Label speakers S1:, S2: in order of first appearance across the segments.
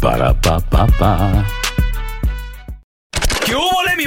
S1: Para pa pa pa.
S2: ¿Qué hubo, le, mi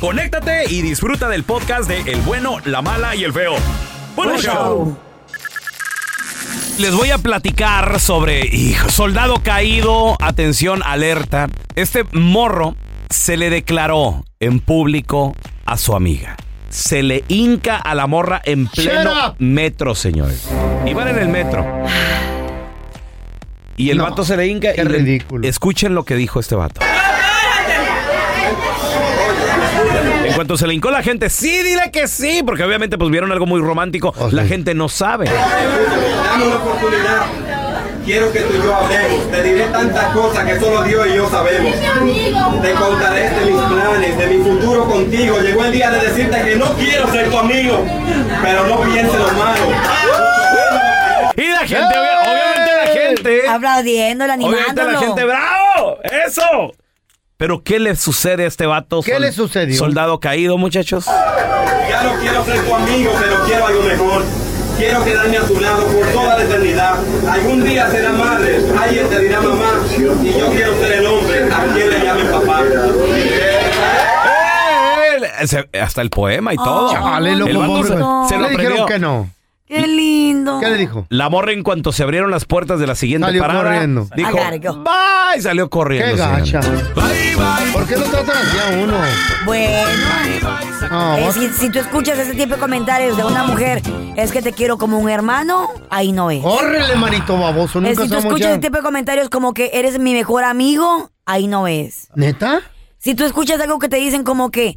S2: conéctate y disfruta del podcast de El bueno, la mala y el feo. Bueno, show. Les voy a platicar sobre hijo, soldado caído, atención, alerta. Este morro se le declaró en público a su amiga. Se le hinca a la morra en pleno metro, señores. Iban en el metro. Y el
S3: No,
S2: vato se le hinca.
S3: qué
S2: y le-
S3: ridículo.
S2: Escuchen lo que dijo este vato. En cuanto se le hincó la gente, sí, dile que sí, porque obviamente pues vieron algo muy romántico. La gente no sabe.
S4: Dame una oportunidad. Quiero que tú y yo hablemos. Te diré tantas cosas que solo Dios y yo sabemos. Te contaré de mis planes, de mi futuro contigo. Llegó el día de decirte que no quiero ser tu amigo, pero no pienses lo malo.
S2: Y la gente, obvia- obviamente la gente.
S5: Aplaudiéndolo,
S2: Obviamente
S5: animándolo.
S2: la gente, ¡bravo! ¡Eso! Pero ¿qué le sucede a este vato?
S3: ¿Qué le sucedió?
S2: Soldado caído, muchachos.
S4: Ya no quiero ser tu amigo, pero quiero algo mejor. Quiero quedarme a tu lado por toda la eternidad. Algún día será madre, alguien te dirá mamá. Y yo quiero ser el hombre a quien le llamen papá.
S2: Eh, se- hasta el poema y todo.
S3: Oh, Chale, loco,
S2: el vato
S3: pobre.
S2: se,
S5: no.
S2: se
S3: le
S2: lo
S3: dijeron
S2: aprendió.
S3: que no.
S5: Qué lindo.
S3: ¿Qué le dijo?
S2: La morra en cuanto se abrieron las puertas de la siguiente
S3: Salió
S2: parada.
S3: corriendo.
S2: Dijo,
S5: I gotta go.
S2: "Bye", y salió corriendo.
S3: Qué gacha.
S2: señores. Bye, bye.
S3: ¿Por qué lo tratan así a uno? Ah,
S5: Bueno,
S3: No,
S5: eh, si, si tú escuchas ese tipo de comentarios de una mujer, es que te quiero como un hermano, ahí no es.
S3: córrele, manito baboso.
S5: Eh,
S3: Oh, Nunca
S5: si tú
S3: somos
S5: escuchas
S3: ya.
S5: ese tipo de comentarios como que eres mi mejor amigo, ahí no es.
S3: ¿Neta?
S5: Si tú escuchas algo que te dicen como que,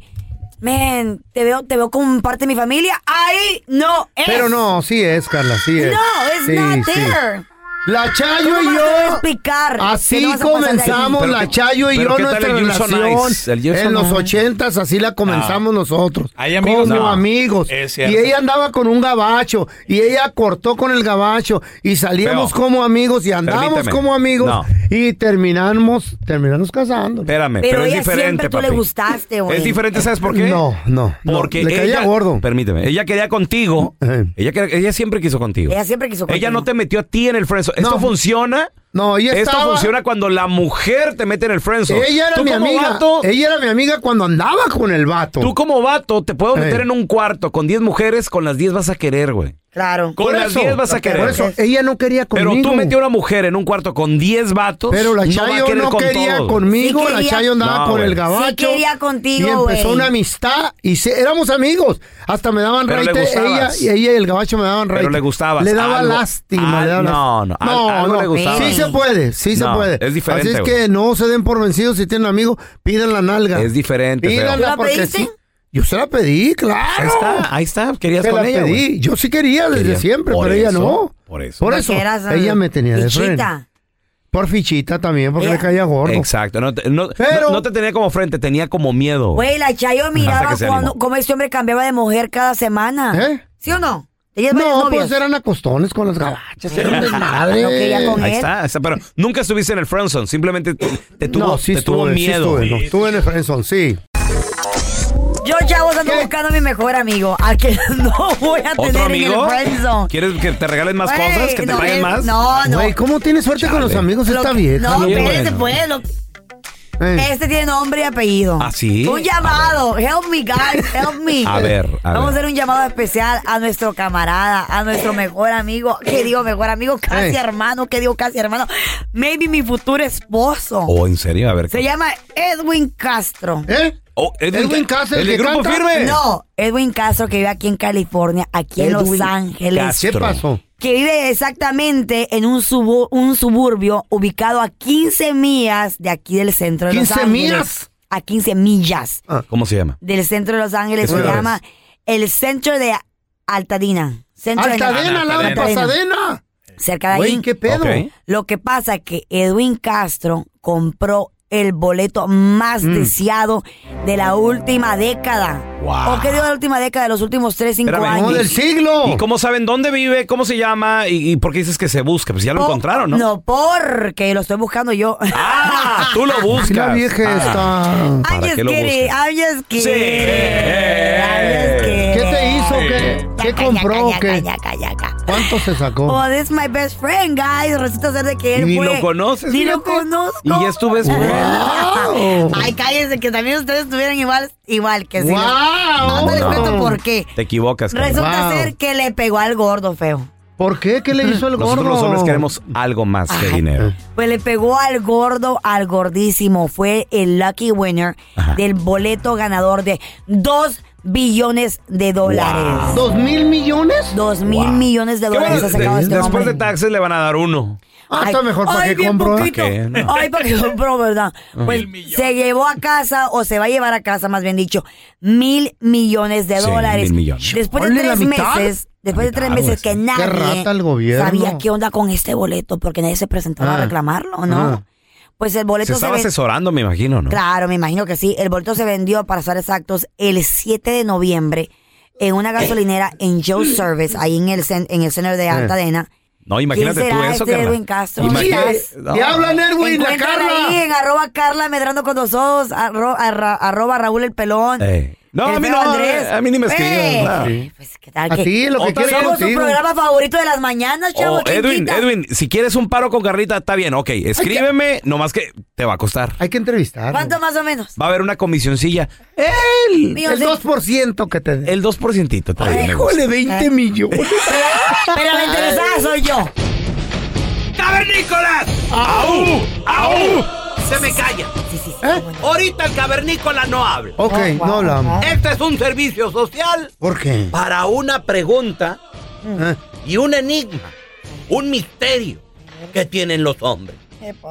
S5: man, te veo, te veo como parte de mi familia, ahí no es.
S3: Pero no, sí es, Carla, sí es.
S5: No, it's
S3: Sí,
S5: not
S3: sí.
S5: there.
S3: La Chayo
S5: ¿Cómo
S3: y
S5: más te voy a
S3: yo.
S5: explicar que
S3: Así
S5: no vas a pasar de ahí?
S3: comenzamos
S2: Pero
S3: la
S2: qué-
S3: Chayo y
S2: pero
S3: yo
S2: qué tal
S3: nuestra
S2: el You're so
S3: relación.
S2: nice, el You're so
S3: en los
S2: nice.
S3: ochentas así la comenzamos nosotros.
S6: Hay amigos,
S3: como
S6: no.
S3: amigos.
S6: Es cierto.
S3: Y ella andaba con un gabacho y ella cortó con el gabacho y salíamos
S2: Pero-
S3: como amigos y andábamos
S2: Permíteme.
S3: como amigos
S2: No.
S3: y terminamos terminamos casándonos.
S2: Espérame,
S5: Pero
S2: pero, es
S5: ella siempre
S2: diferente,
S5: tú le
S2: papi.
S5: gustaste, güey.
S2: Es diferente, ¿sabes por qué?
S3: No, no. no.
S2: Porque
S3: le caía
S2: ella,
S3: gordo.
S2: Permíteme, ella quería contigo.
S3: Eh.
S2: Ella, quería- ella siempre quiso contigo.
S5: Ella siempre quiso
S2: Ella
S5: contigo.
S2: no te metió a ti en el friendzone. Esto
S3: No.
S2: funciona.
S3: No, ella
S2: Esto
S3: estaba-
S2: funciona cuando la mujer te mete en el friendzone.
S3: Ella era
S2: Tú
S3: mi
S2: como
S3: amiga.
S2: vato-
S3: Ella era mi amiga cuando andaba con el vato.
S2: Tú como vato te puedo meter
S3: Eh.
S2: en un cuarto con 10 mujeres, con las 10 vas a querer, güey.
S5: Claro.
S2: Con las 10 vas a querer.
S3: Por eso, ella no quería
S2: Pero
S3: conmigo.
S2: tú metió a una mujer en un cuarto con 10 vatos.
S3: Pero la
S2: no va a
S3: Chayo
S2: querer
S3: no,
S2: con
S3: quería
S2: todos.
S3: conmigo,
S5: Sí
S3: la
S5: quería-
S3: Chayo andaba
S2: No,
S3: con
S2: güey.
S3: el gabacho.
S5: Sí quería contigo,
S3: Y empezó
S5: güey.
S3: una amistad y se- éramos amigos. Hasta me daban
S2: Pero le
S3: raite ella,
S2: gustabas.
S3: y ella y el gabacho me daban
S2: Pero
S3: raite.
S2: le gustabas,
S3: Le daba
S2: algo,
S3: lástima.
S2: al-
S3: le daba
S2: no, no,
S3: lástima.
S2: al- algo le gustabas.
S3: Sí se puede, sí se
S2: No,
S3: puede.
S2: es diferente,
S3: Así es
S2: güey.
S3: que no se den por vencidos si tienen amigos, pidan la nalga.
S2: Es diferente, feo.
S3: Pídanla
S5: ¿Tú la
S3: porque
S5: pediste?
S3: sí. Yo se la pedí,
S2: Ahí
S3: claro.
S2: está, ahí está. Querías
S3: Se
S2: con
S3: la
S2: ella,
S3: pedí.
S2: güey.
S3: Yo sí quería desde
S2: Quería.
S3: siempre,
S2: Por
S3: pero ella
S2: eso,
S3: no.
S2: por eso.
S3: Por
S5: Porque
S3: eso.
S5: eras, ah,
S3: ella me tenía de frente.
S5: fichita.
S3: Por fichita también, porque
S5: Ella-
S3: le caía gordo.
S2: Exacto. No te, no-
S3: Pero-
S2: no- no te tenía como frente, tenía como miedo.
S5: Güey, la Chayo
S2: Hasta
S5: miraba
S2: que se
S5: cuando,
S2: animó.
S5: cómo este hombre cambiaba de mujer cada semana.
S3: ¿Eh?
S5: ¿Sí o no? ¿Tenías varias
S2: No,
S5: novias?
S2: pues eran acostones con las gabachas. Era un desmadre.
S5: No quería con
S6: Ahí
S5: él.
S6: está, ahí está, pero nunca estuviste en el friendzone, simplemente te, te tuvo,
S2: no, sí
S6: te tuvo
S2: estuve, sí
S6: miedo.
S2: estuve, no, estuve en el friendzone, sí.
S5: Yo, chavos, ando
S2: ¿Qué?
S5: buscando a mi mejor amigo, al que no voy a tener
S6: ¿Otro amigo?
S5: en el friendzone.
S6: ¿Quieres que te regalen más
S5: Güey,
S6: cosas? ¿Que te
S5: no,
S6: paguen
S5: él-
S6: más?
S5: No, no.
S2: Güey, ¿cómo tiene suerte con los
S6: Chale.
S2: amigos
S5: Lo-
S2: esta vieja?
S5: No,
S2: güey?
S5: espérense, pues. lo-
S2: Eh.
S5: Este tiene nombre y apellido.
S6: ¿Ah, sí?
S5: Un llamado. Help me, guys. Help me.
S6: A ver, a
S5: Vamos a
S6: ver.
S5: hacer un llamado especial a nuestro camarada, a nuestro mejor amigo. ¿Qué digo mejor amigo? Casi
S2: Ey.
S5: hermano. ¿Qué digo casi hermano? Maybe mi futuro esposo.
S6: ¿O en serio? A ver.
S5: Se llama Edwin Castro.
S2: ¿Eh?
S6: Oh, Edwin,
S2: Edwin Cass, el
S6: ¿El
S2: que
S6: de Grupo
S2: canta.
S6: Firme?
S5: No, Edwin Castro que vive aquí en California, aquí en Los
S2: Edwin
S5: Ángeles.
S6: Castro.
S2: ¿Qué pasó?
S5: que vive exactamente en un, subu- un suburbio ubicado a 15 millas de aquí del centro de Los
S2: 15
S5: Ángeles.
S2: millas.
S5: A 15 millas
S6: ¿Cómo se llama?
S5: del centro de Los Ángeles.
S6: ¿Qué
S5: Se
S6: ciudad
S5: llama el centro de Altadena. Centro de-
S2: ¡Altadena, al lado de
S6: Altadena.
S2: Pasadena!
S5: Cerca de
S2: Güey,
S5: ahí.
S2: ¿qué pedo?
S6: Ok.
S5: Lo que pasa que Edwin Castro compró el boleto más
S2: Mm.
S5: deseado de la última década.
S6: Wow.
S5: ¿O qué digo de la última década? De los últimos 3, 5
S6: Espérame,
S2: ¡No,
S5: años.
S2: del siglo!
S6: ¿Y cómo saben dónde vive? ¿Cómo se llama? ¿Y, y por qué dices que se busca? Pues ya lo
S5: Po-
S6: encontraron, ¿no?
S5: Oh, No, porque lo estoy buscando yo.
S6: ¡Ah! Tú lo
S2: Ay,
S6: buscas.
S2: La vieja
S6: Ah.
S2: está...
S5: I'm
S6: ¿Para
S5: just
S6: qué lo
S5: kidding,
S6: buscas?
S5: I'm just kidding.
S6: Sí.
S5: I'm just kidding.
S2: ¿Qué te hizo? ¿Qué, qué
S5: Yaca,
S2: compró?
S5: yaca,
S2: ¿Qué?
S5: yaca, yaca, yaca.
S2: ¿Cuánto se sacó?
S5: Oh, this is my best friend, guys. Resulta ser de que él
S6: Ni
S5: fue-
S6: lo conoces.
S5: Ni lo
S6: fíjate.
S5: conozco.
S6: Y ya estuve.
S2: ¡Wow!
S5: Ay, cállense, que también ustedes estuvieran igual, igual que sí.
S2: ¡Wow!
S5: No te les cuento por qué.
S6: Te equivocas, carnal.
S5: Resulta
S2: Wow.
S5: ser que le pegó al gordo, feo.
S2: ¿Por qué? ¿Qué le hizo el gordo?
S6: Nosotros los hombres queremos algo más que dinero.
S5: Pues le pegó al gordo, al gordísimo. Fue el lucky winner del boleto ganador de 2 billones de dólares.
S2: ¿Dos mil millones?
S5: 2 mil
S6: Wow.
S5: millones de
S6: Qué bueno,
S5: dólares ha sacado
S6: de-
S5: este
S6: después
S5: hombre.
S6: de taxes le van a dar uno.
S2: Ah,
S5: Ay,
S2: está mejor para
S5: ay,
S2: que
S5: bien
S2: compro. ¿eh?
S5: poquito.
S6: ¿Para qué? No.
S5: Ay, para que compró, ¿verdad? Pues se llevó a casa, o se va a llevar a casa, más bien dicho, mil millones de
S6: Sí,
S5: dólares.
S6: mil millones.
S5: Después de
S2: Ponle la
S5: tres
S2: mitad.
S5: meses, después de
S6: La
S5: tres
S6: mitad,
S5: meses que
S6: güey,
S5: nadie
S2: rata el gobierno.
S5: sabía qué onda con este boleto, porque nadie se presentaba a
S2: Ah,
S5: reclamarlo, ¿no?
S2: ah.
S5: Pues el boleto
S6: Se
S5: se,
S6: estaba
S5: ve-
S6: asesorando, me imagino, ¿no?
S5: Claro, me imagino que sí. El boleto se vendió, para ser exactos, el 7 de noviembre en una gasolinera en Joe Service, ahí en el, cen- en el centro
S2: Eh.
S5: de Altadena.
S6: No, imagínate
S5: ¿Quién
S6: tú
S5: será
S6: eso,
S5: este
S6: carnal.
S5: Edwin Castro?
S6: Imagínate-
S5: ¿Quién es?
S6: No.
S2: ¡Te hablan, Edwin! ¡La
S5: Encuentran ahí
S2: Carla!
S5: en arroba Carla Medrano con dos ojos, arro- arra- arroba Raúl el Pelón.
S6: Eh. No,
S5: el
S6: a mí
S5: feo
S6: no, eh, a mí ni me escriben, no.
S5: Eh, Pues qué tal
S2: A
S5: que...
S2: ti, lo que
S5: Otra
S2: quieres
S5: vez con su
S2: contigo.
S5: programa favorito de las mañanas,
S6: O,
S5: chavo. ¿quién
S6: Oh, Edwin,
S5: quita?
S6: Edwin, si quieres un paro con Carlita, está bien, ok. Escríbeme, nomás que te va a costar.
S2: Hay que entrevistar.
S5: ¿Cuánto más o menos?
S6: Va a haber una comisioncilla. El,
S2: El 2% que te dé.
S6: el 2% está bien. me gusta.
S2: Híjole, 20 millones.
S5: Pero la interesada soy yo.
S6: ¡Cavernícolas! ¡Aú! ¡Aú! Se me calla.
S5: Sí, sí, sí.
S2: ¿Eh?
S6: Ahorita el cavernícola no habla.
S2: Ok,
S5: wow,
S2: no hablamos.
S6: Este es un servicio social
S2: ¿Por qué?
S6: para una pregunta
S2: ¿Eh?
S6: y un enigma, un misterio que tienen los hombres.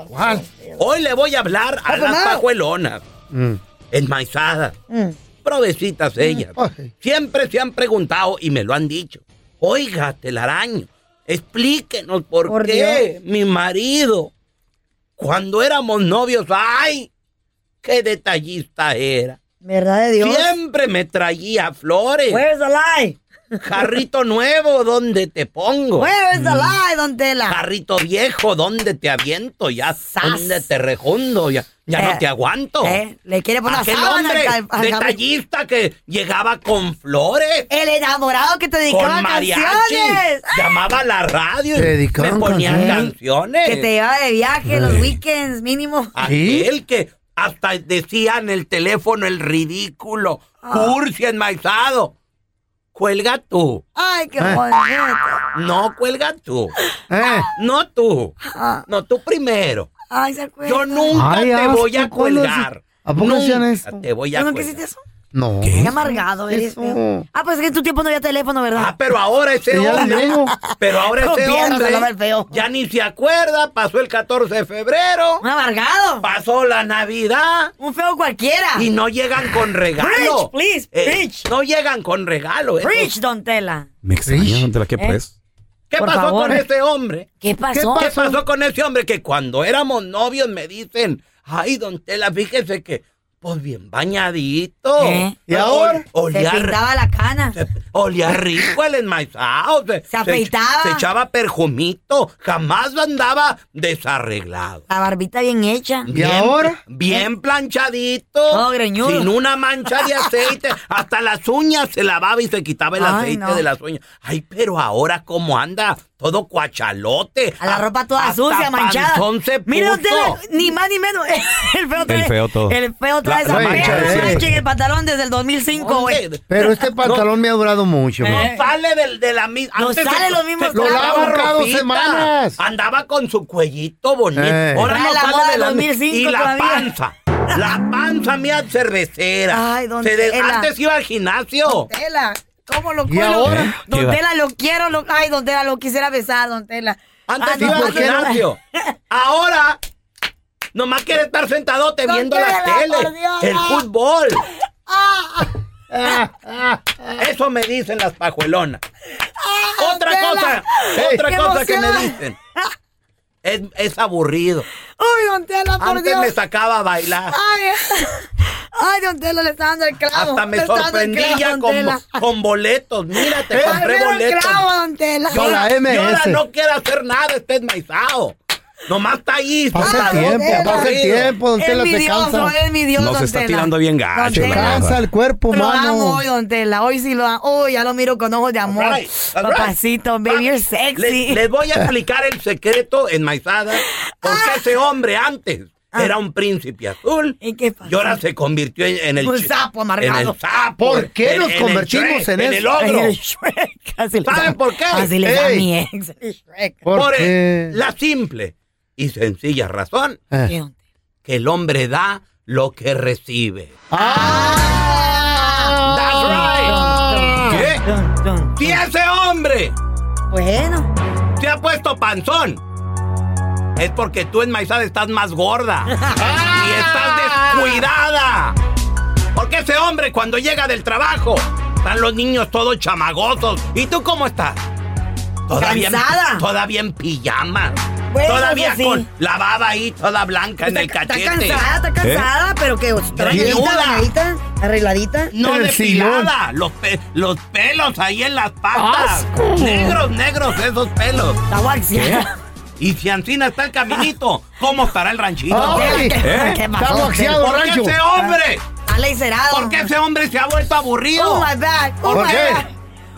S2: ¿Cuál?
S6: Hoy le voy a hablar a las pajuelonas,
S2: Mm.
S6: enmaizadas,
S5: Mm.
S6: provecitas ellas.
S2: Ay.
S6: Siempre se han preguntado y me lo han dicho. Oiga, telaraño, explíquenos por,
S5: Por
S6: qué mi marido, cuando éramos novios, ay, qué detallista era.
S5: ¿Verdad de Dios?
S6: Siempre me traía flores,
S5: Where's the lie?
S6: jarrito nuevo, ¿dónde te pongo?
S5: Where's
S6: Mm.
S5: the lie, don Tela?
S6: Jarrito viejo, ¿dónde te aviento? Ya,
S5: Sas.
S6: ¿dónde te rejundo? Ya, ya
S5: Eh,
S6: no te aguanto.
S5: ¿Eh? Le quiere poner una
S6: Aquel
S5: sábana
S6: hombre
S5: al, al- al-
S6: detallista que llegaba con flores,
S5: El enamorado que te dedicaba
S6: con
S5: a
S6: mariachi,
S5: canciones.
S6: llamaba a la radio y
S2: Te
S6: me
S2: dedicaban
S6: ponían
S2: canciones.
S6: canciones.
S5: Que te llevaba de viaje
S6: Eh.
S5: los weekends, mínimo.
S6: Ah. Aquel que hasta decía en el teléfono el ridículo,
S5: Ah.
S6: cursi enmaizado. Cuelga tú,
S5: Ay, qué
S2: Ah.
S5: bonito.
S6: no cuelga tú,
S2: ¿Eh?
S6: no tú,
S5: Ah.
S6: no tú primero.
S5: Ay, se acuerda.
S6: Yo nunca
S2: Ay,
S6: te
S2: asco,
S6: voy a
S2: ¿cuál es?
S6: colgar.
S2: ¿A poco
S6: Nunca
S2: hacían eso?
S6: Te voy a
S5: ¿Tú nunca
S6: colgar.
S5: hiciste eso?
S2: No.
S5: Qué amargado eres.
S2: Eso.
S5: feo. Ah, pues es que en tu tiempo no había teléfono,
S6: Ah,
S5: ¿verdad?
S6: pero ahora ese
S2: Ya le
S6: hombre.
S2: digo.
S6: Pero ahora ese
S5: Copiando, se llama el
S6: hombre.
S5: feo.
S6: Ya ni se acuerda. Pasó el 14 de febrero.
S5: Un amargado.
S6: Pasó la Navidad.
S5: Un feo cualquiera.
S6: Y no llegan con regalo.
S5: Ah. Preach, please,
S6: Eh,
S5: preach.
S6: No llegan con regalo. esos.
S5: Rich, don Tela.
S6: Me
S2: extraña, no
S6: la que
S5: pues.
S6: ¿Qué
S5: Por
S6: pasó
S5: favor.
S6: con ese hombre?
S5: ¿Qué pasó?
S6: ¿Qué pasó con ese hombre que cuando éramos novios me dicen, ay, don Tela, fíjese que Pues bien bañadito.
S5: ¿Eh?
S6: ¿Y
S3: ahora?
S5: Se
S6: Olía, ri-
S5: pintaba la cana.
S6: olía rico el enmaizado. Se,
S5: afeitaba.
S6: Se, echaba perjumito. Jamás andaba desarreglado.
S5: La barbita bien hecha.
S3: ¿Y ahora?
S6: Bien planchadito.
S5: ¿Eh? Todo greñudo.
S6: Sin una mancha de aceite. Hasta las uñas se lavaba y se quitaba el
S5: Ay,
S6: aceite
S5: no.
S6: de las uñas. Ay, pero ahora cómo anda. Todo cuachalote.
S5: A la ropa toda
S6: Ah, Hasta
S5: sucia, manchada.
S6: panzón se
S5: Mira
S6: puso.
S5: usted, la- ni más ni menos. El feo trae.
S2: feo todo.
S5: El feo
S2: La-
S5: trae esa
S2: la
S3: mancha,
S5: perra
S3: sí.
S5: mancha en el pantalón desde el 2005, güey.
S6: eh. ¿Dónde?
S3: Pero este pantalón me ha durado mucho.
S6: No
S3: güey.
S2: Eh.
S6: sale del- de, la misma.
S5: No sale los mismos
S3: Lo lava cada dos semanas.
S6: Andaba con su cuellito bonito.
S3: Eh.
S6: Ahora
S5: Trae
S6: no
S5: la moda
S6: sale de la
S5: 2005
S6: Y la
S5: todavía.
S6: panza. La panza mía cervecera.
S5: Ay, don
S6: Se de-
S5: Tela.
S6: Antes iba al gimnasio.
S5: Tela, ¿cómo lo
S3: ¿Y
S5: cómo lo-
S3: ahora?
S5: Don
S2: ¿Qué va?
S5: Tela, lo quiero. Lo, ay, Don Tela, lo quisiera besar, Don Tela.
S6: Antes
S5: Ah, no, Ah,
S6: iba
S3: ¿por
S6: al
S3: qué no?
S6: gimnasio. Ahora, nomás quiere estar sentadote
S5: Don
S6: viendo
S5: Tela,
S6: la tele,
S5: por Dios,
S6: el
S5: ah.
S6: fútbol. Eso me dicen las pajuelonas. otra
S5: Tela.
S6: cosa,
S5: Ey.
S6: otra
S5: ¡Qué
S6: cosa que me
S5: emoción!
S6: dicen. Es, es aburrido.
S5: Uy, Don Tela, por
S6: Antes
S5: Dios.
S6: me sacaba a bailar.
S5: Ay, ay, Don Tela, le está dando el clavo.
S6: Hasta me
S5: Le está dando el
S6: sorprendía
S5: clavo, don
S6: con,
S5: Tela.
S6: con boletos. Mira, te
S5: Ay,
S6: compré
S5: mira el
S6: boletos.
S5: clavo, Don Tela. Ah,
S6: Yo
S3: Con la MS.
S6: ahora no quiero hacer nada, estés maizado. Nomás está ahí.
S3: Pasa el
S6: sentado,
S3: tiempo,
S6: está
S3: pasa el
S6: aburrido.
S3: tiempo, don Tela se
S5: Envidioso,
S3: cansa.
S5: envidioso,
S2: Nos
S5: don
S2: está
S5: Tela.
S2: tirando bien gacho,
S3: Se
S5: Don
S2: la
S5: Tela.
S3: cansa el cuerpo
S5: Lo amo
S3: humano.
S5: hoy, don Tela. Hoy sí lo amo. Hoy ya lo miro con ojos de amor.
S6: All right, all right.
S5: Papacito, baby, you're
S6: Le-
S5: sexy.
S6: les voy a explicar el secreto en Maizada. Porque ese hombre antes era un príncipe azul.
S5: Ah. ¿Y qué pasó?
S6: Y ahora se convirtió en, en el.
S5: Un
S6: chi-
S5: sapo amargado.
S6: En el sapo.
S3: ¿Por qué
S6: en-
S3: nos
S6: en el
S3: convertimos
S6: Shrek,
S3: en
S6: En el
S3: eso?
S6: ogro.
S5: Ay, el Shrek. Así le
S6: ¿Saben
S5: llamo-
S6: por qué?
S5: Así le da
S3: Ey.
S5: mi ex. el Shrek.
S3: ¿Por
S6: Por el-
S3: qué?
S6: la simple y sencilla razón
S5: ¿Qué
S3: Eh.
S5: don Tela?
S6: que el hombre da lo que recibe. That's
S3: ¡Ah!
S6: right. ¿Qué?
S5: Dun, dun.
S6: Si ese hombre
S5: Bueno.
S6: se ha puesto panzón, es porque tú en Maizada estás más gorda y estás descuidada. Porque ese hombre cuando llega del trabajo, están los niños todos chamagosos. ¿Y tú cómo estás? Todavía,
S5: Cansada.
S6: en, todavía en pijama.
S5: Bueno,
S6: todavía
S5: eso sí.
S6: con la baba ahí toda blanca en el
S5: está, está
S6: cachete. Eh,
S5: cansada,
S3: ¿Eh?
S5: está cansada, pero que está
S6: Greñuda.
S5: bañadita, bañadita, arregladita.
S6: No
S3: En el
S6: depilada, los, pe- los pelos ahí en las patas. Negros, negros esos pelos.
S5: Está guaxiada.
S6: ¿Eh? Y si Ancina está el caminito, ¿cómo estará el ranchito?
S5: Oh,
S3: ¡Ay!
S5: ¿Qué
S3: ¿Eh? Está
S5: pasó?
S3: boxeado,
S6: ¿Por qué
S3: rancho.
S6: ese hombre?
S5: Está leicerado.
S6: ¿Por qué ese hombre se ha vuelto
S5: Oh,
S6: aburrido?
S5: my God. Oh,
S3: ¿Por
S5: my
S3: qué?
S5: God.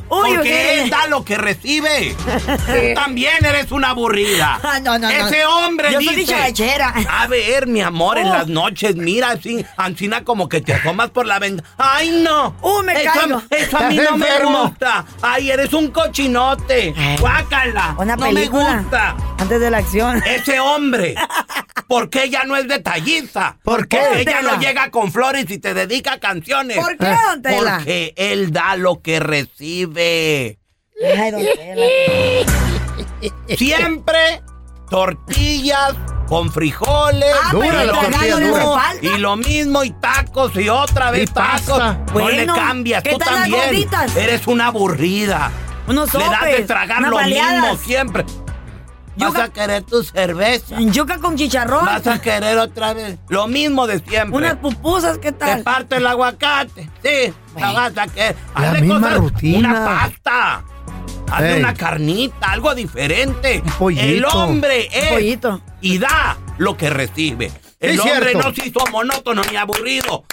S5: Uy,
S6: Porque
S5: ustedes-
S6: él da lo que recibe. Tú también eres una aburrida.
S5: Ah, no, no, no.
S6: ese hombre
S5: Yo soy
S6: dice... "Ah,
S5: dicharachera.
S6: A ver, mi amor, en
S5: Oh.
S6: las noches, mira, así, Ancina como que te asomas por la ventana. ¡Ay, no!
S5: Uh, me
S6: eso,
S5: caigo.
S6: eso a mí
S3: Estás
S6: no me
S3: enfermo.
S6: gusta. ¡Ay, eres un cochinote!
S5: Ay.
S6: ¡Guácala!
S5: Eh. Una
S6: no
S5: película.
S6: me gusta. Eh,
S5: Antes de la acción.
S6: Ese hombre, ¿por qué ella no es detallista?
S3: ¿Por qué?
S6: Porque ella no
S5: Tela.
S6: llega con flores y te dedica a canciones.
S5: ¿Por qué, don Tela?
S6: Porque él da lo que recibe.
S5: Ay, don Tela.
S6: Siempre tortillas con frijoles.
S5: Ah,
S3: Dura
S5: pero
S3: la
S5: el
S3: tortilla,
S5: gallo no
S3: dura.
S5: le falta.
S6: Y lo mismo y tacos y otra vez
S3: Y
S6: tacos.
S3: pasta.
S6: No le
S5: Bueno,
S6: cambias,
S5: ¿qué
S6: tú
S5: tal las
S6: también.
S5: gorditas?
S6: Eres una aburrida.
S5: Unos
S6: le das de
S5: sopes,
S6: tragar
S5: unas
S6: lo mismo
S5: baleadas.
S6: siempre.
S5: Yo
S6: Vas a
S5: ca-
S6: querer tu cerveza.
S5: Yuca con chicharrón.
S6: Vas a querer otra vez lo mismo de siempre.
S5: Unas pupusas, ¿qué
S6: Te
S5: tal?
S6: parte el aguacate. Sí, la vas a querer.
S3: La
S6: Hazle
S3: misma
S6: cosas-
S3: rutina.
S6: Una pasta. Hazle
S3: Ey.
S6: una carnita, algo diferente.
S3: pollito.
S6: El hombre es
S5: pollito.
S6: y da lo que recibe. El
S3: Es
S6: hombre
S3: cierto.
S6: no se hizo monótono ni aburrido.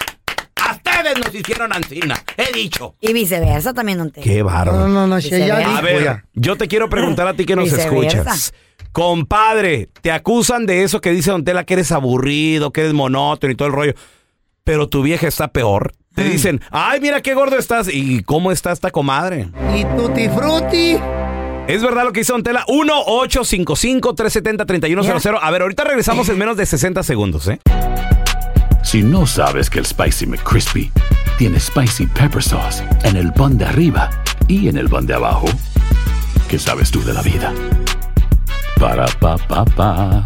S6: A ustedes nos hicieron ancina. He dicho.
S5: Y viceversa también, don Tela.
S2: Qué
S3: No,
S2: bárbaro.
S3: no, no,
S5: se
S3: Shea, ya
S5: vea.
S3: dijo
S2: A ver,
S3: ya.
S2: yo te quiero preguntar a ti que nos
S5: Viceversa.
S2: escuchas. Compadre, te acusan de eso que dice Don Tela, que eres aburrido, que eres monótono y todo el rollo. Pero tu vieja está peor.
S6: Mm.
S2: Te dicen, ay, mira qué gordo estás. ¿Y cómo está esta comadre?
S3: Y tutti frutti.
S2: ¿Es verdad lo que hizo Don Tela? 1-855-370-3100. A ver, ahorita regresamos en menos de 60 segundos, ¿eh?
S1: Si no sabes que el Spicy McCrispy tiene Spicy Pepper Sauce en el pan de arriba y en el pan de abajo, ¿qué sabes tú de la vida? Para, pa, pa, pa.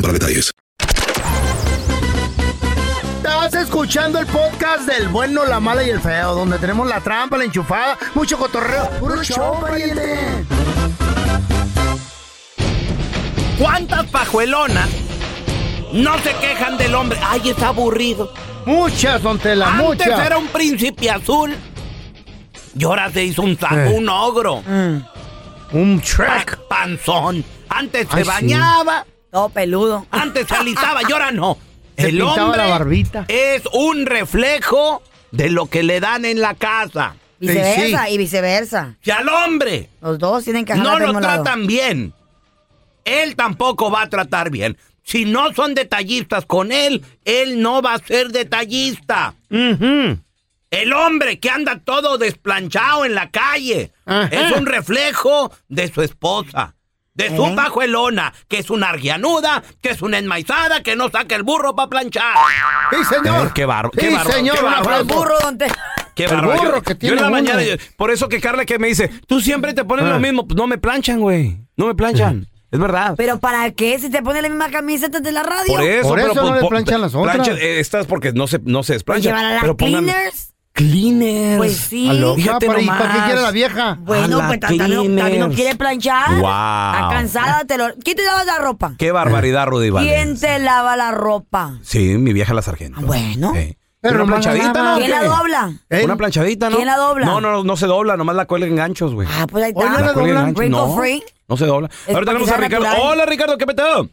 S7: para detalles.
S3: Estás escuchando el podcast del bueno, la mala y el feo, donde tenemos la trampa, la enchufada, mucho cotorreo. ¡Puro show, pariente!
S6: ¿Cuántas pajuelonas no se quejan del hombre? Ay, está aburrido.
S3: Muchas, don Tela,
S6: Antes
S3: muchas.
S6: era un príncipe azul y ahora se hizo un saco,
S3: Eh.
S6: un ogro,
S5: Mm,
S3: Un track.
S6: panzón. Antes se
S3: Ay, sí.
S6: bañaba,
S5: Todo peludo.
S6: antes se alisaba y ahora no.
S3: Se
S6: El
S3: pintaba
S6: hombre
S3: la barbita.
S6: es un reflejo de lo que le dan en la casa.
S5: Viceversa y viceversa.
S6: Si al hombre
S5: Los dos tienen que jalar
S6: no
S5: al
S6: lo
S5: mismo lado.
S6: tratan bien, él tampoco va a tratar bien. Si no son detallistas con él, él no va a ser detallista. El hombre que anda todo desplanchado en la calle
S3: Ajá.
S6: es un reflejo de su esposa, de su pajuelona, que es una argianuda, que es una enmaizada, que no saca el burro para planchar.
S3: Sí, señor.
S2: Qué barba-
S3: Sí,
S2: qué barba-
S3: señor,
S2: qué
S3: un
S2: barba-
S3: aplauso.
S5: El burro, don Tela.
S2: Qué
S3: El
S2: bárbaro.
S3: burro
S2: Yo-
S3: que
S2: yo
S3: tiene
S2: en la
S3: uno.
S2: mañana, yo- por eso que Carla que me dice, tú siempre te pones
S3: Ah.
S2: lo mismo, Pues no me planchan, güey, no me planchan, es verdad.
S5: Pero ¿para qué? Si te pones la misma camiseta de la radio.
S2: Por eso,
S3: Por
S2: pero,
S3: eso
S2: pues,
S3: no le
S2: po-
S3: planchan las otras.
S2: planchan, eh, estas porque no se, no se
S5: Pues
S2: desplanchan.
S5: llevar a las
S2: pero pongan-
S5: cleaners.
S2: Cleaners.
S5: Pues sí.
S3: Aló.
S2: Fíjate
S3: ¿Para, ¿Y
S2: nomás.
S3: para qué quiere la vieja?
S5: Bueno,
S2: Ah, A
S5: pues
S2: la
S5: también no- también no
S2: cleaners.
S5: quiere planchar.
S2: Guau.
S5: Está cansada, te lo... ¿Quién te lava la ropa?
S2: Qué barbaridad, Rudy
S5: ¿Quién
S2: Valdés.
S5: te lava la ropa?
S2: Sí, mi vieja la sargento.
S5: Ah, bueno.
S2: Sí.
S3: Pero
S2: una
S3: nomás la
S2: planchadita,
S3: lava.
S2: ¿no?
S5: ¿Quién la
S2: ¿Qué?
S5: dobla?
S3: ¿Eh?
S2: Una planchadita, ¿no?
S5: ¿Quién la dobla?
S2: No, no, no se dobla, nomás la cuelga en ganchos, güey.
S5: Ah, pues ahí
S3: Oye,
S5: está.
S3: la
S2: la cuelga en
S3: doblan.
S2: ganchos,
S5: Wrinkle
S2: no.
S5: free.
S2: No se dobla. Ahora
S5: Es para
S2: tenemos
S5: que
S2: a
S5: sea
S2: Ricardo.
S5: natural.
S2: Hola, Ricardo, ¿qué peteo?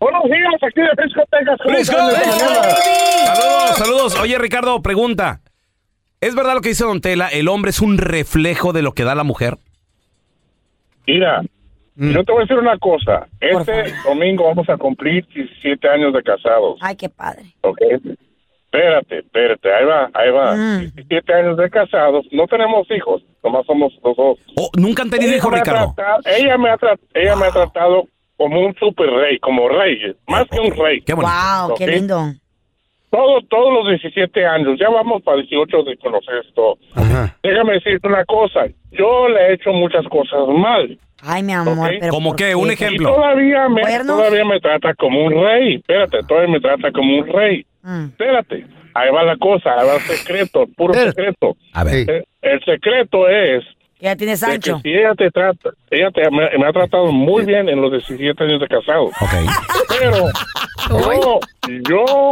S8: Buenos días, aquí de Frisco, Texas. ¿Cómo
S2: ¡Frisco!
S8: están?
S2: Saludos, saludos. Oye, Ricardo, pregunta. ¿Es verdad lo que dice Don Tela? ¿El hombre es un reflejo de lo que da la mujer?
S8: Mira, yo te voy a decir una cosa.
S5: Por
S8: Este domingo vamos a cumplir 17 años de casados,
S5: Ay, qué padre.
S8: ¿ok? Espérate, espérate, ahí va, ahí va.
S5: Mm.
S8: 17 años de casados, no tenemos hijos, nomás somos los dos.
S2: Oh, ¿Nunca han tenido hijos,
S8: me ha
S2: Ricardo?
S8: tratado- ella me ha, tra- ella me ha tratado como un super rey, como rey, más que un rey.
S2: Qué bonito.
S5: Wow, qué
S8: Ok.
S5: lindo.
S8: Todos, todos los 17 años, ya vamos para 18 de conocer esto.
S3: Ajá.
S8: Déjame decirte una cosa, yo le he hecho muchas cosas mal.
S5: Ay, mi amor,
S8: Ok.
S5: pero.
S2: ¿Cómo
S5: ¿por
S2: qué? Un ejemplo.
S8: Y todavía me,
S5: ¿Cuernos?
S8: todavía me trata como un rey. Espérate, todavía me trata como un rey.
S5: Mm.
S8: Espérate. Ahí va la cosa, ahí va el secreto, el puro
S3: Pero-
S8: secreto.
S2: A ver.
S3: Sí.
S8: Eh, El secreto es
S5: Ya tienes
S8: de que
S2: Este,
S5: Sancho.
S8: si ella te trata, ella te, me, me ha tratado muy bien en los 17 años de casado.
S2: Ok.
S8: Pero yo, yo,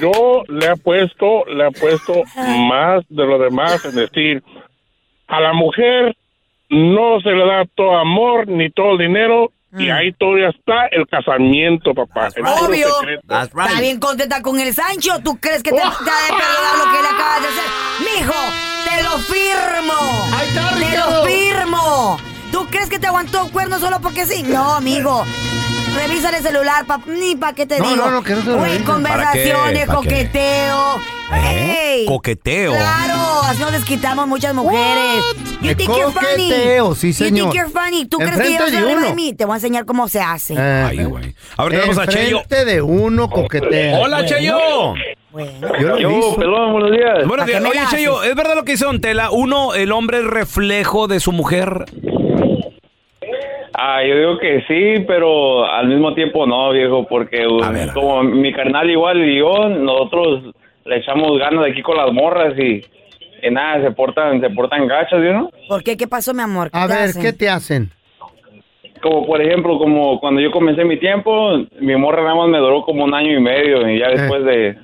S8: yo le he puesto, le he puesto más de lo demás, es decir, a la mujer no se le da todo amor ni todo el dinero y ahí todavía está el casamiento, papá. el puro
S5: Mm. Obvio.
S8: secreto.
S6: That's right.
S5: Está bien contenta con el Sancho. ¿Tú crees que te, te ha de perdonar lo que le acabas de hacer? ¡Mijo! ¡Te lo firmo!
S3: Ahí está,
S5: ¡Te
S3: Ricardo.
S5: lo firmo! ¿Tú crees que te aguantó un cuerno solo porque sí? No, amigo. Revisa el celular, pa- ni pa' qué te
S3: No,
S5: digo.
S3: no, no, que no te lo
S5: Güey,
S3: revisen.
S5: conversaciones,
S2: ¿Para qué? ¿Para qué?
S5: coqueteo.
S2: ¿Eh?
S5: ¡Ey!
S2: Coqueteo.
S5: Claro, así nos desquitamos muchas mujeres. You
S3: De
S5: think you're funny.
S3: coqueteo, sí,
S5: You
S3: señor.
S5: think you're funny. ¿Tú crees que
S3: Enfrente
S5: yo soy
S3: de
S5: arriba de
S3: uno.
S5: mí? Te voy a enseñar cómo se hace.
S3: Eh,
S2: Ay, güey. A ver, tenemos a Cheyo.
S3: Enfrente de uno coquetea.
S2: Hola, Cheyo.
S5: Bueno.
S3: Yo lo he visto.
S8: pelón, buenos días.
S2: Bueno,
S5: ¿Para qué me
S2: oye,
S5: la haces?
S2: Cheyo, ¿es verdad lo que dice Don Tela? Uno, el hombre es reflejo de su mujer.
S8: Ah, yo digo que sí, pero al mismo tiempo no, viejo, porque pues,
S2: A ver, a
S8: como mi carnal igual y yo, nosotros le echamos ganas de aquí con las morras y, y nada, se portan, se portan gachas, ¿sí, ¿no?
S5: ¿Por qué? ¿Qué pasó, mi amor? ¿Qué
S3: A
S5: te
S3: ver,
S5: hacen?
S3: ¿qué te hacen?
S8: como por ejemplo, como cuando yo comencé mi tiempo, mi morra nada más me duró como un año y medio y ya
S3: Eh.
S8: después de,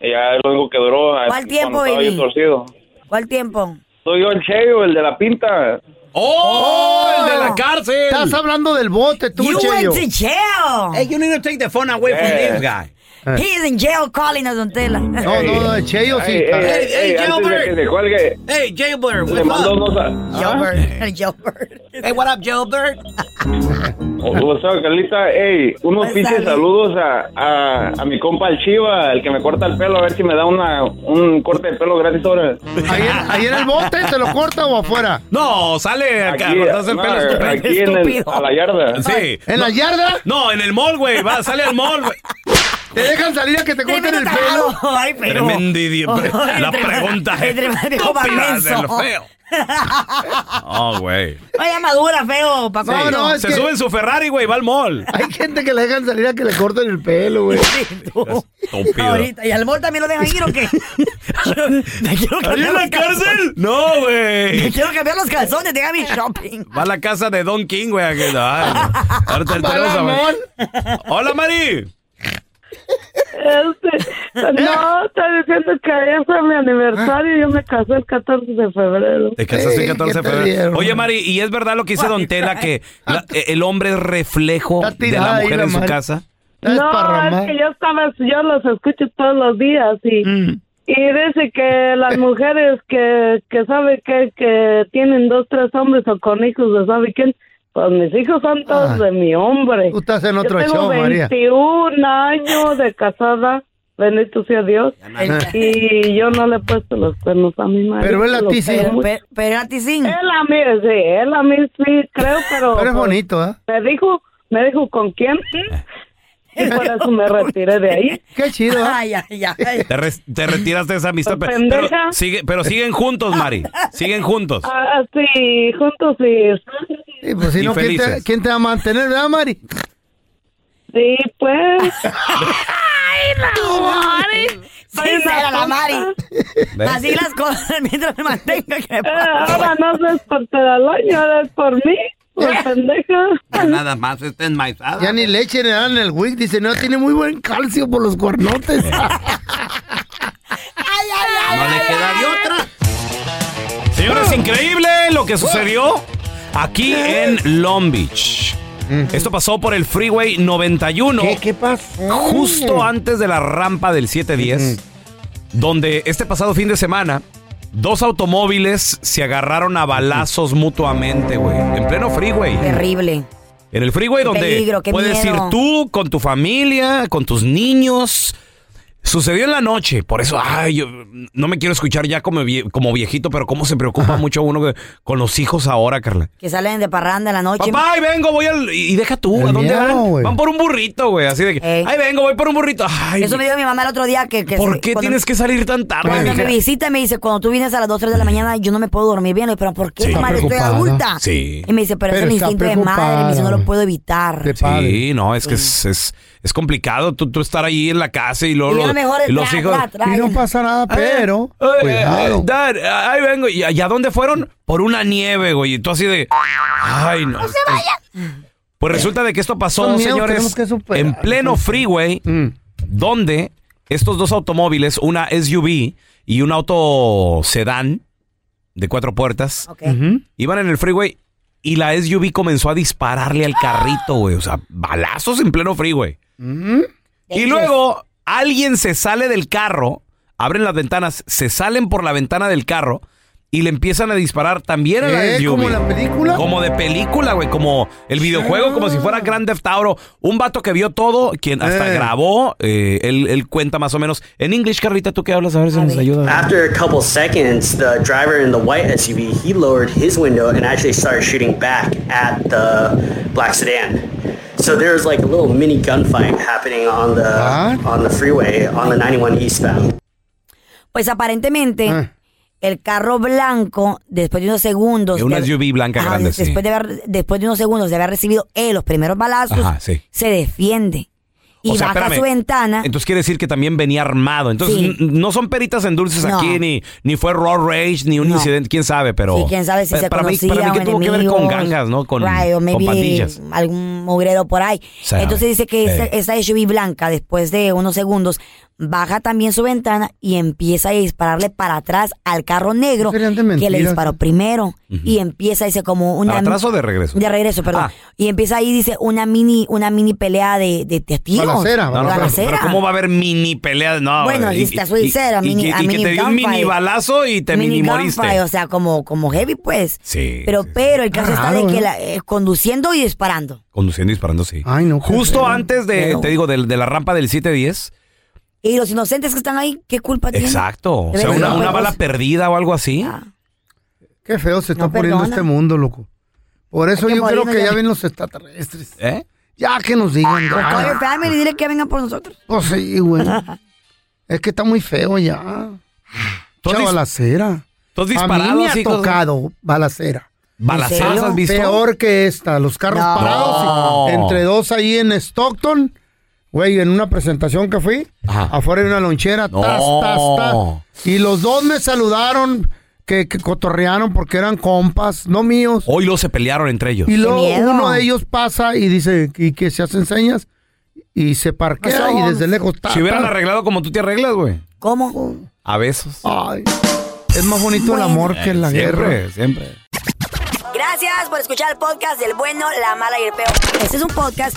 S8: ya es lo único que duró. ah,
S5: ¿Cuál tiempo,
S8: cuando estaba
S5: baby?
S8: yo torcido.
S5: ¿Cuál tiempo?
S8: Soy yo el Cheyo, el de la pinta.
S2: ¡Oh!
S5: el de la
S2: cárcel!
S3: Estás hablando del bote, tú,
S5: You
S3: Cheyo.
S5: went to jail.
S6: Hey, you need to take the phone away from
S3: Eh.
S6: this guy.
S5: He is in jail calling a Don Tela.
S3: No, no, no, el Cheyo sí.
S8: Ey, ey,
S6: Hey, hey,
S8: ey, antes de que
S6: Gilbert.
S8: se cuelgue,
S6: Hey, Jailbird,
S8: le
S6: what's
S8: mando
S6: up?
S8: unos... a- ¿Ah?
S5: Jailbird, jailbird.
S6: Hey, what up, Jailbird?
S8: O sea, Carlita, ey, unos
S5: Pues
S8: pinches
S5: dale.
S8: saludos a, a, a mi compa el Chiva, el que me corta el pelo, a ver si me da una, un corte de pelo gratis ahora.
S3: Ahí, en- ahí en el bote, ¿te lo corta o afuera?
S2: No, sale a
S8: Aquí,
S2: cortarse el
S8: no,
S2: pelo estúpido.
S8: aquí en el,
S5: estúpido.
S8: a la yarda.
S2: Sí.
S3: ¿En
S2: no,
S3: la yarda?
S2: no, en el mall, güey. Va, sale al mall, güey.
S3: ¿Te dejan salir a que te corten el pelo?
S5: Ay, pero.
S2: Tremendo idiota.
S5: Ay,
S2: La
S5: tremendo-
S2: pregunta es.
S5: tremendo
S2: estúpida de
S5: menso.
S2: lo feo. Oh, güey.
S5: Vaya madura, feo, papá.
S3: No, no, es
S2: Se
S3: que
S2: sube en su Ferrari, güey, va al mall.
S3: hay gente que le dejan salir a que le corten el pelo, güey.
S5: Tú.
S2: Estúpido.
S5: Ahorita, ¿y al mol también lo dejan ir o qué? Yo- me quiero
S2: ¿Ahí
S5: cambiar
S2: en la
S5: los calzones.
S2: cárcel? No,
S5: Me
S2: güey.
S5: quiero cambiar los calzones, deja mi shopping.
S2: Va a la casa de Don King, güey. aquí. Ay, Ahorita el tenemos a-
S3: Palamón.
S2: Hola, Mari.
S9: Este, no, está diciendo que ayer fue mi aniversario y yo me casé el 14 de febrero.
S2: Te casaste el
S3: Ey,
S2: 14 de
S3: ¿qué te
S2: febrero.
S3: dieron?
S2: Oye, Mari, ¿y es verdad lo que dice Don Tela que la- eh, el hombre es reflejo
S3: Está
S2: de
S3: tirada
S2: la
S3: ahí
S2: mujer
S3: la
S2: en su
S3: Mari.
S2: casa?
S3: Está
S9: No,
S3: esparramada.
S9: es que yo estaba, yo los escucho todos los días y,
S3: Mm.
S9: y dice que las mujeres que, que sabe que, que tienen dos, tres hombres o con hijos de sabe quién, pues mis hijos son todos
S3: Ah.
S9: de mi hombre.
S3: Tú estás en
S9: Yo
S3: otro
S9: tengo
S3: show, María.
S9: 21 años de casada, bendito sea Dios, y yo no le he puesto los cuernos a mi marido.
S3: Pero él a
S9: lo
S3: ti sí.
S9: quiero mucho.
S5: Pero, pero a ti sí.
S9: Él a mí, sí, él a mí sí, creo, pero...
S3: Pero es
S9: pues,
S3: bonito, ¿eh?
S9: Me dijo, me dijo con quién, y por eso me retiré de ahí.
S3: Qué chido, ¿eh?
S5: Ay, ay, ay.
S2: Te, res- te retiraste de esa amistad.
S9: Pues,
S2: pe- Pero,
S9: pendeja.
S2: sigue- pero siguen juntos, Mari. Siguen juntos.
S9: Ah, sí, juntos y...
S3: Sí, pues si
S2: Y
S3: no, ¿quién te,
S2: felices.
S3: quién te va a mantener, verdad, Mari?
S9: Sí, pues...
S5: Sincera la Mari. Así las cosas mientras me mantenga que me
S9: eh,
S5: pase.
S9: ahora no es por Teraloño, ahora es por mí, por pendeja.
S6: Ya Ah, nada más está enmaizada.
S3: Ya ni leche le dan en el WIC. Dice, no, tiene muy buen calcio por los cuernotes.
S6: No le queda de otra.
S3: Ah.
S2: Señores, increíble lo que sucedió aquí en Long Beach. Esto pasó por el Freeway 91.
S3: pasó?
S5: Mm.
S2: justo antes de la rampa del 710, donde este pasado fin de semana dos automóviles se agarraron a balazos mutuamente, güey, en pleno freeway.
S5: Terrible.
S2: En el freeway
S5: Qué
S2: donde
S5: peligro, qué
S2: puedes
S5: miedo.
S2: ir tú con tu familia, con tus niños. Sucedió en la noche, por eso, ay, yo no me quiero escuchar ya como, vie- como viejito, pero cómo se preocupa mucho uno que- con los hijos ahora, Carla.
S5: Que salen de parranda en la noche.
S2: Papá, ahí vengo, voy al... Y y deja tú,
S3: El
S2: ¿a dónde
S3: miedo,
S2: van?
S3: güey.
S2: Van por un burrito, güey, así de que...
S5: Ey.
S2: Ahí vengo, voy por un burrito. Ay,
S5: Eso me dijo mi mamá el otro día que... que
S2: ¿Por
S5: se-
S2: qué
S5: cuando-
S2: tienes que salir tan
S5: Cuando me
S2: tarde?
S5: visita me dice, cuando tú vienes a las 2, 3 de la mañana, yo no me puedo dormir bien. Le digo, pero ¿por qué,
S2: Sí.
S5: comadre? Estoy
S3: Está preocupada.
S5: adulta.
S2: Sí.
S5: Y me dice, pero,
S3: Pero
S5: es el
S3: está
S5: instinto de madre. Me dice, no
S3: preocupada,
S5: lo
S3: güey.
S5: puedo evitar.
S3: De padre.
S2: Sí, no, es que es, es, es complicado tú, tú estar ahí en la casa y luego
S5: Y yo a lo
S2: los,
S5: mejor
S2: y
S5: es
S2: los
S5: tra,
S2: hijos...
S5: tra, tra,
S3: Y no
S5: ya.
S3: pasa nada, pero...
S2: Eh, eh,
S3: Cuidado.
S2: Dad, ahí vengo. ¿Y a y a dónde fueron? Por una nieve, güey. Y tú así de... Ay, no. se vayan! Pues resulta de que esto pasó,
S3: Son miedos,
S2: señores,
S3: tenemos que superar.
S2: en pleno freeway,
S3: Mm.
S2: donde estos dos automóviles, una SUV y un auto sedán de cuatro puertas,
S5: Ok.
S3: Ujú.
S2: Iban en el freeway y la SUV comenzó a dispararle al carrito, güey. O sea, balazos en pleno freeway.
S3: Mm.
S2: Y luego alguien se sale del carro, abren las ventanas, se salen por la ventana del carro y le empiezan a disparar también a la
S3: Eh,
S2: SUV.
S3: ¿como la película?
S2: Como de película, güey. Como el videojuego, como si fuera Grand Theft Auto. Un vato que vio todo, quien hasta
S3: Eh.
S2: grabó. eh, él, él cuenta más o menos. En inglés, Carlita, ¿tú qué hablas? A ver si
S5: A
S2: nos
S5: ver.
S2: ayuda.
S10: After a couple seconds, the driver in the white SUV, he lowered his window and actually started shooting back at the black sedan. So there was like a little mini gunfight happening on the
S3: What?
S10: on the freeway on the 91 eastbound.
S5: Pues aparentemente,
S3: Ah.
S5: el carro blanco, después de unos segundos.
S2: De una
S5: de-
S2: SUV blanca grande,
S5: después,
S2: sí.
S5: de haber- después de unos segundos de haber recibido él los primeros balazos,
S2: Ajá, sí.
S5: se defiende. Y baja su ventana.
S2: Entonces quiere decir que también venía armado. Entonces
S5: Sí.
S2: n- no son peritas en dulces
S5: No.
S2: aquí, ni, ni fue Raw Rage, ni un
S5: No.
S2: incidente, quién sabe, pero.
S5: Sí, quién sabe si
S2: pa-
S5: se
S2: para mí,
S5: conocía
S2: para mí que
S5: o
S2: tuvo que ver con
S5: enemigos.
S2: gangas, ¿no? Con,
S5: Right, o
S2: con
S5: maybe
S2: pandillas.
S5: algún mugredo por ahí.
S2: Sabe.
S5: Entonces dice que esa,
S2: Ey.
S5: esa SUV blanca, después de unos segundos, baja también su ventana y empieza a dispararle para atrás al carro negro que le
S2: mentiras.
S5: disparó primero. Y empieza, dice, como una...
S2: ¿Para atrás o de regreso?
S5: De regreso, perdón. Y empieza ahí, dice, una mini una mini pelea de, de, de tiros.
S2: No, no, pero,
S5: Balacera.
S2: pero ¿cómo va a haber mini peleas? No,
S5: Bueno,
S2: y-
S5: y está
S2: y-
S5: su sincera,
S2: y- y
S5: mini-
S2: que-
S5: a
S2: y que
S5: mini
S2: te dio un
S5: gunfight.
S2: mini balazo y te mini moriste.
S5: gunfight, O sea, como, como heavy, pues.
S2: Sí,
S5: Pero, pero el caso está
S2: Raro,
S5: de que
S2: ¿eh?
S5: la- eh, conduciendo y disparando.
S2: Conduciendo y disparando, sí. Justo
S5: feo.
S2: antes de,
S5: Feo.
S2: te digo, de, de la rampa del 710.
S5: Y los inocentes que están ahí, ¿qué culpa tienen?
S2: Exacto. O
S5: De
S2: sea,
S5: verdad,
S2: una,
S5: no,
S2: una
S5: pues, Ah.
S2: bala perdida o algo así.
S3: Qué feo se está
S5: No
S3: poniendo
S5: perdona.
S3: este mundo, loco. Por eso
S5: Hay que
S3: yo creo
S5: morirnos
S3: que
S5: ya.
S3: ya vienen los extraterrestres.
S2: ¿Eh?
S3: Ya que nos digan.
S5: Pues,
S3: ya.
S5: call your family, dile que vengan por nosotros.
S3: Pues sí, güey. es que está muy feo ya.
S2: ¿Tú has
S3: Mucha
S2: dis-
S3: balacera.
S2: tú has
S3: A
S2: disparado
S3: mí me
S2: así,
S3: ha
S2: cosa-
S3: tocado balacera.
S2: ¿Balaceras
S3: ¿En serio?
S2: has visto?
S3: Peor que esta. Los carros
S2: No.
S3: parados.
S2: No.
S3: y- Entre dos ahí en Stockton. Güey, en una presentación que fui. Afuera de una lonchera. tas, tas, tas.
S2: No.
S3: Y los dos me saludaron. Que, que cotorrearon porque eran compas, no míos.
S2: Hoy los se pelearon entre ellos.
S3: Y luego
S2: Oh. miedo.
S3: uno de ellos pasa y dice y que se hacen señas y se parquea y desde lejos ta,
S2: Si hubieran
S3: ta.
S2: arreglado como tú te arreglas, güey.
S5: ¿Cómo?
S2: A besos.
S3: Es más bonito el amor que la
S2: siempre,
S3: guerra.
S2: Siempre.
S5: Gracias por escuchar el podcast del bueno, la mala y el feo. Este es un podcast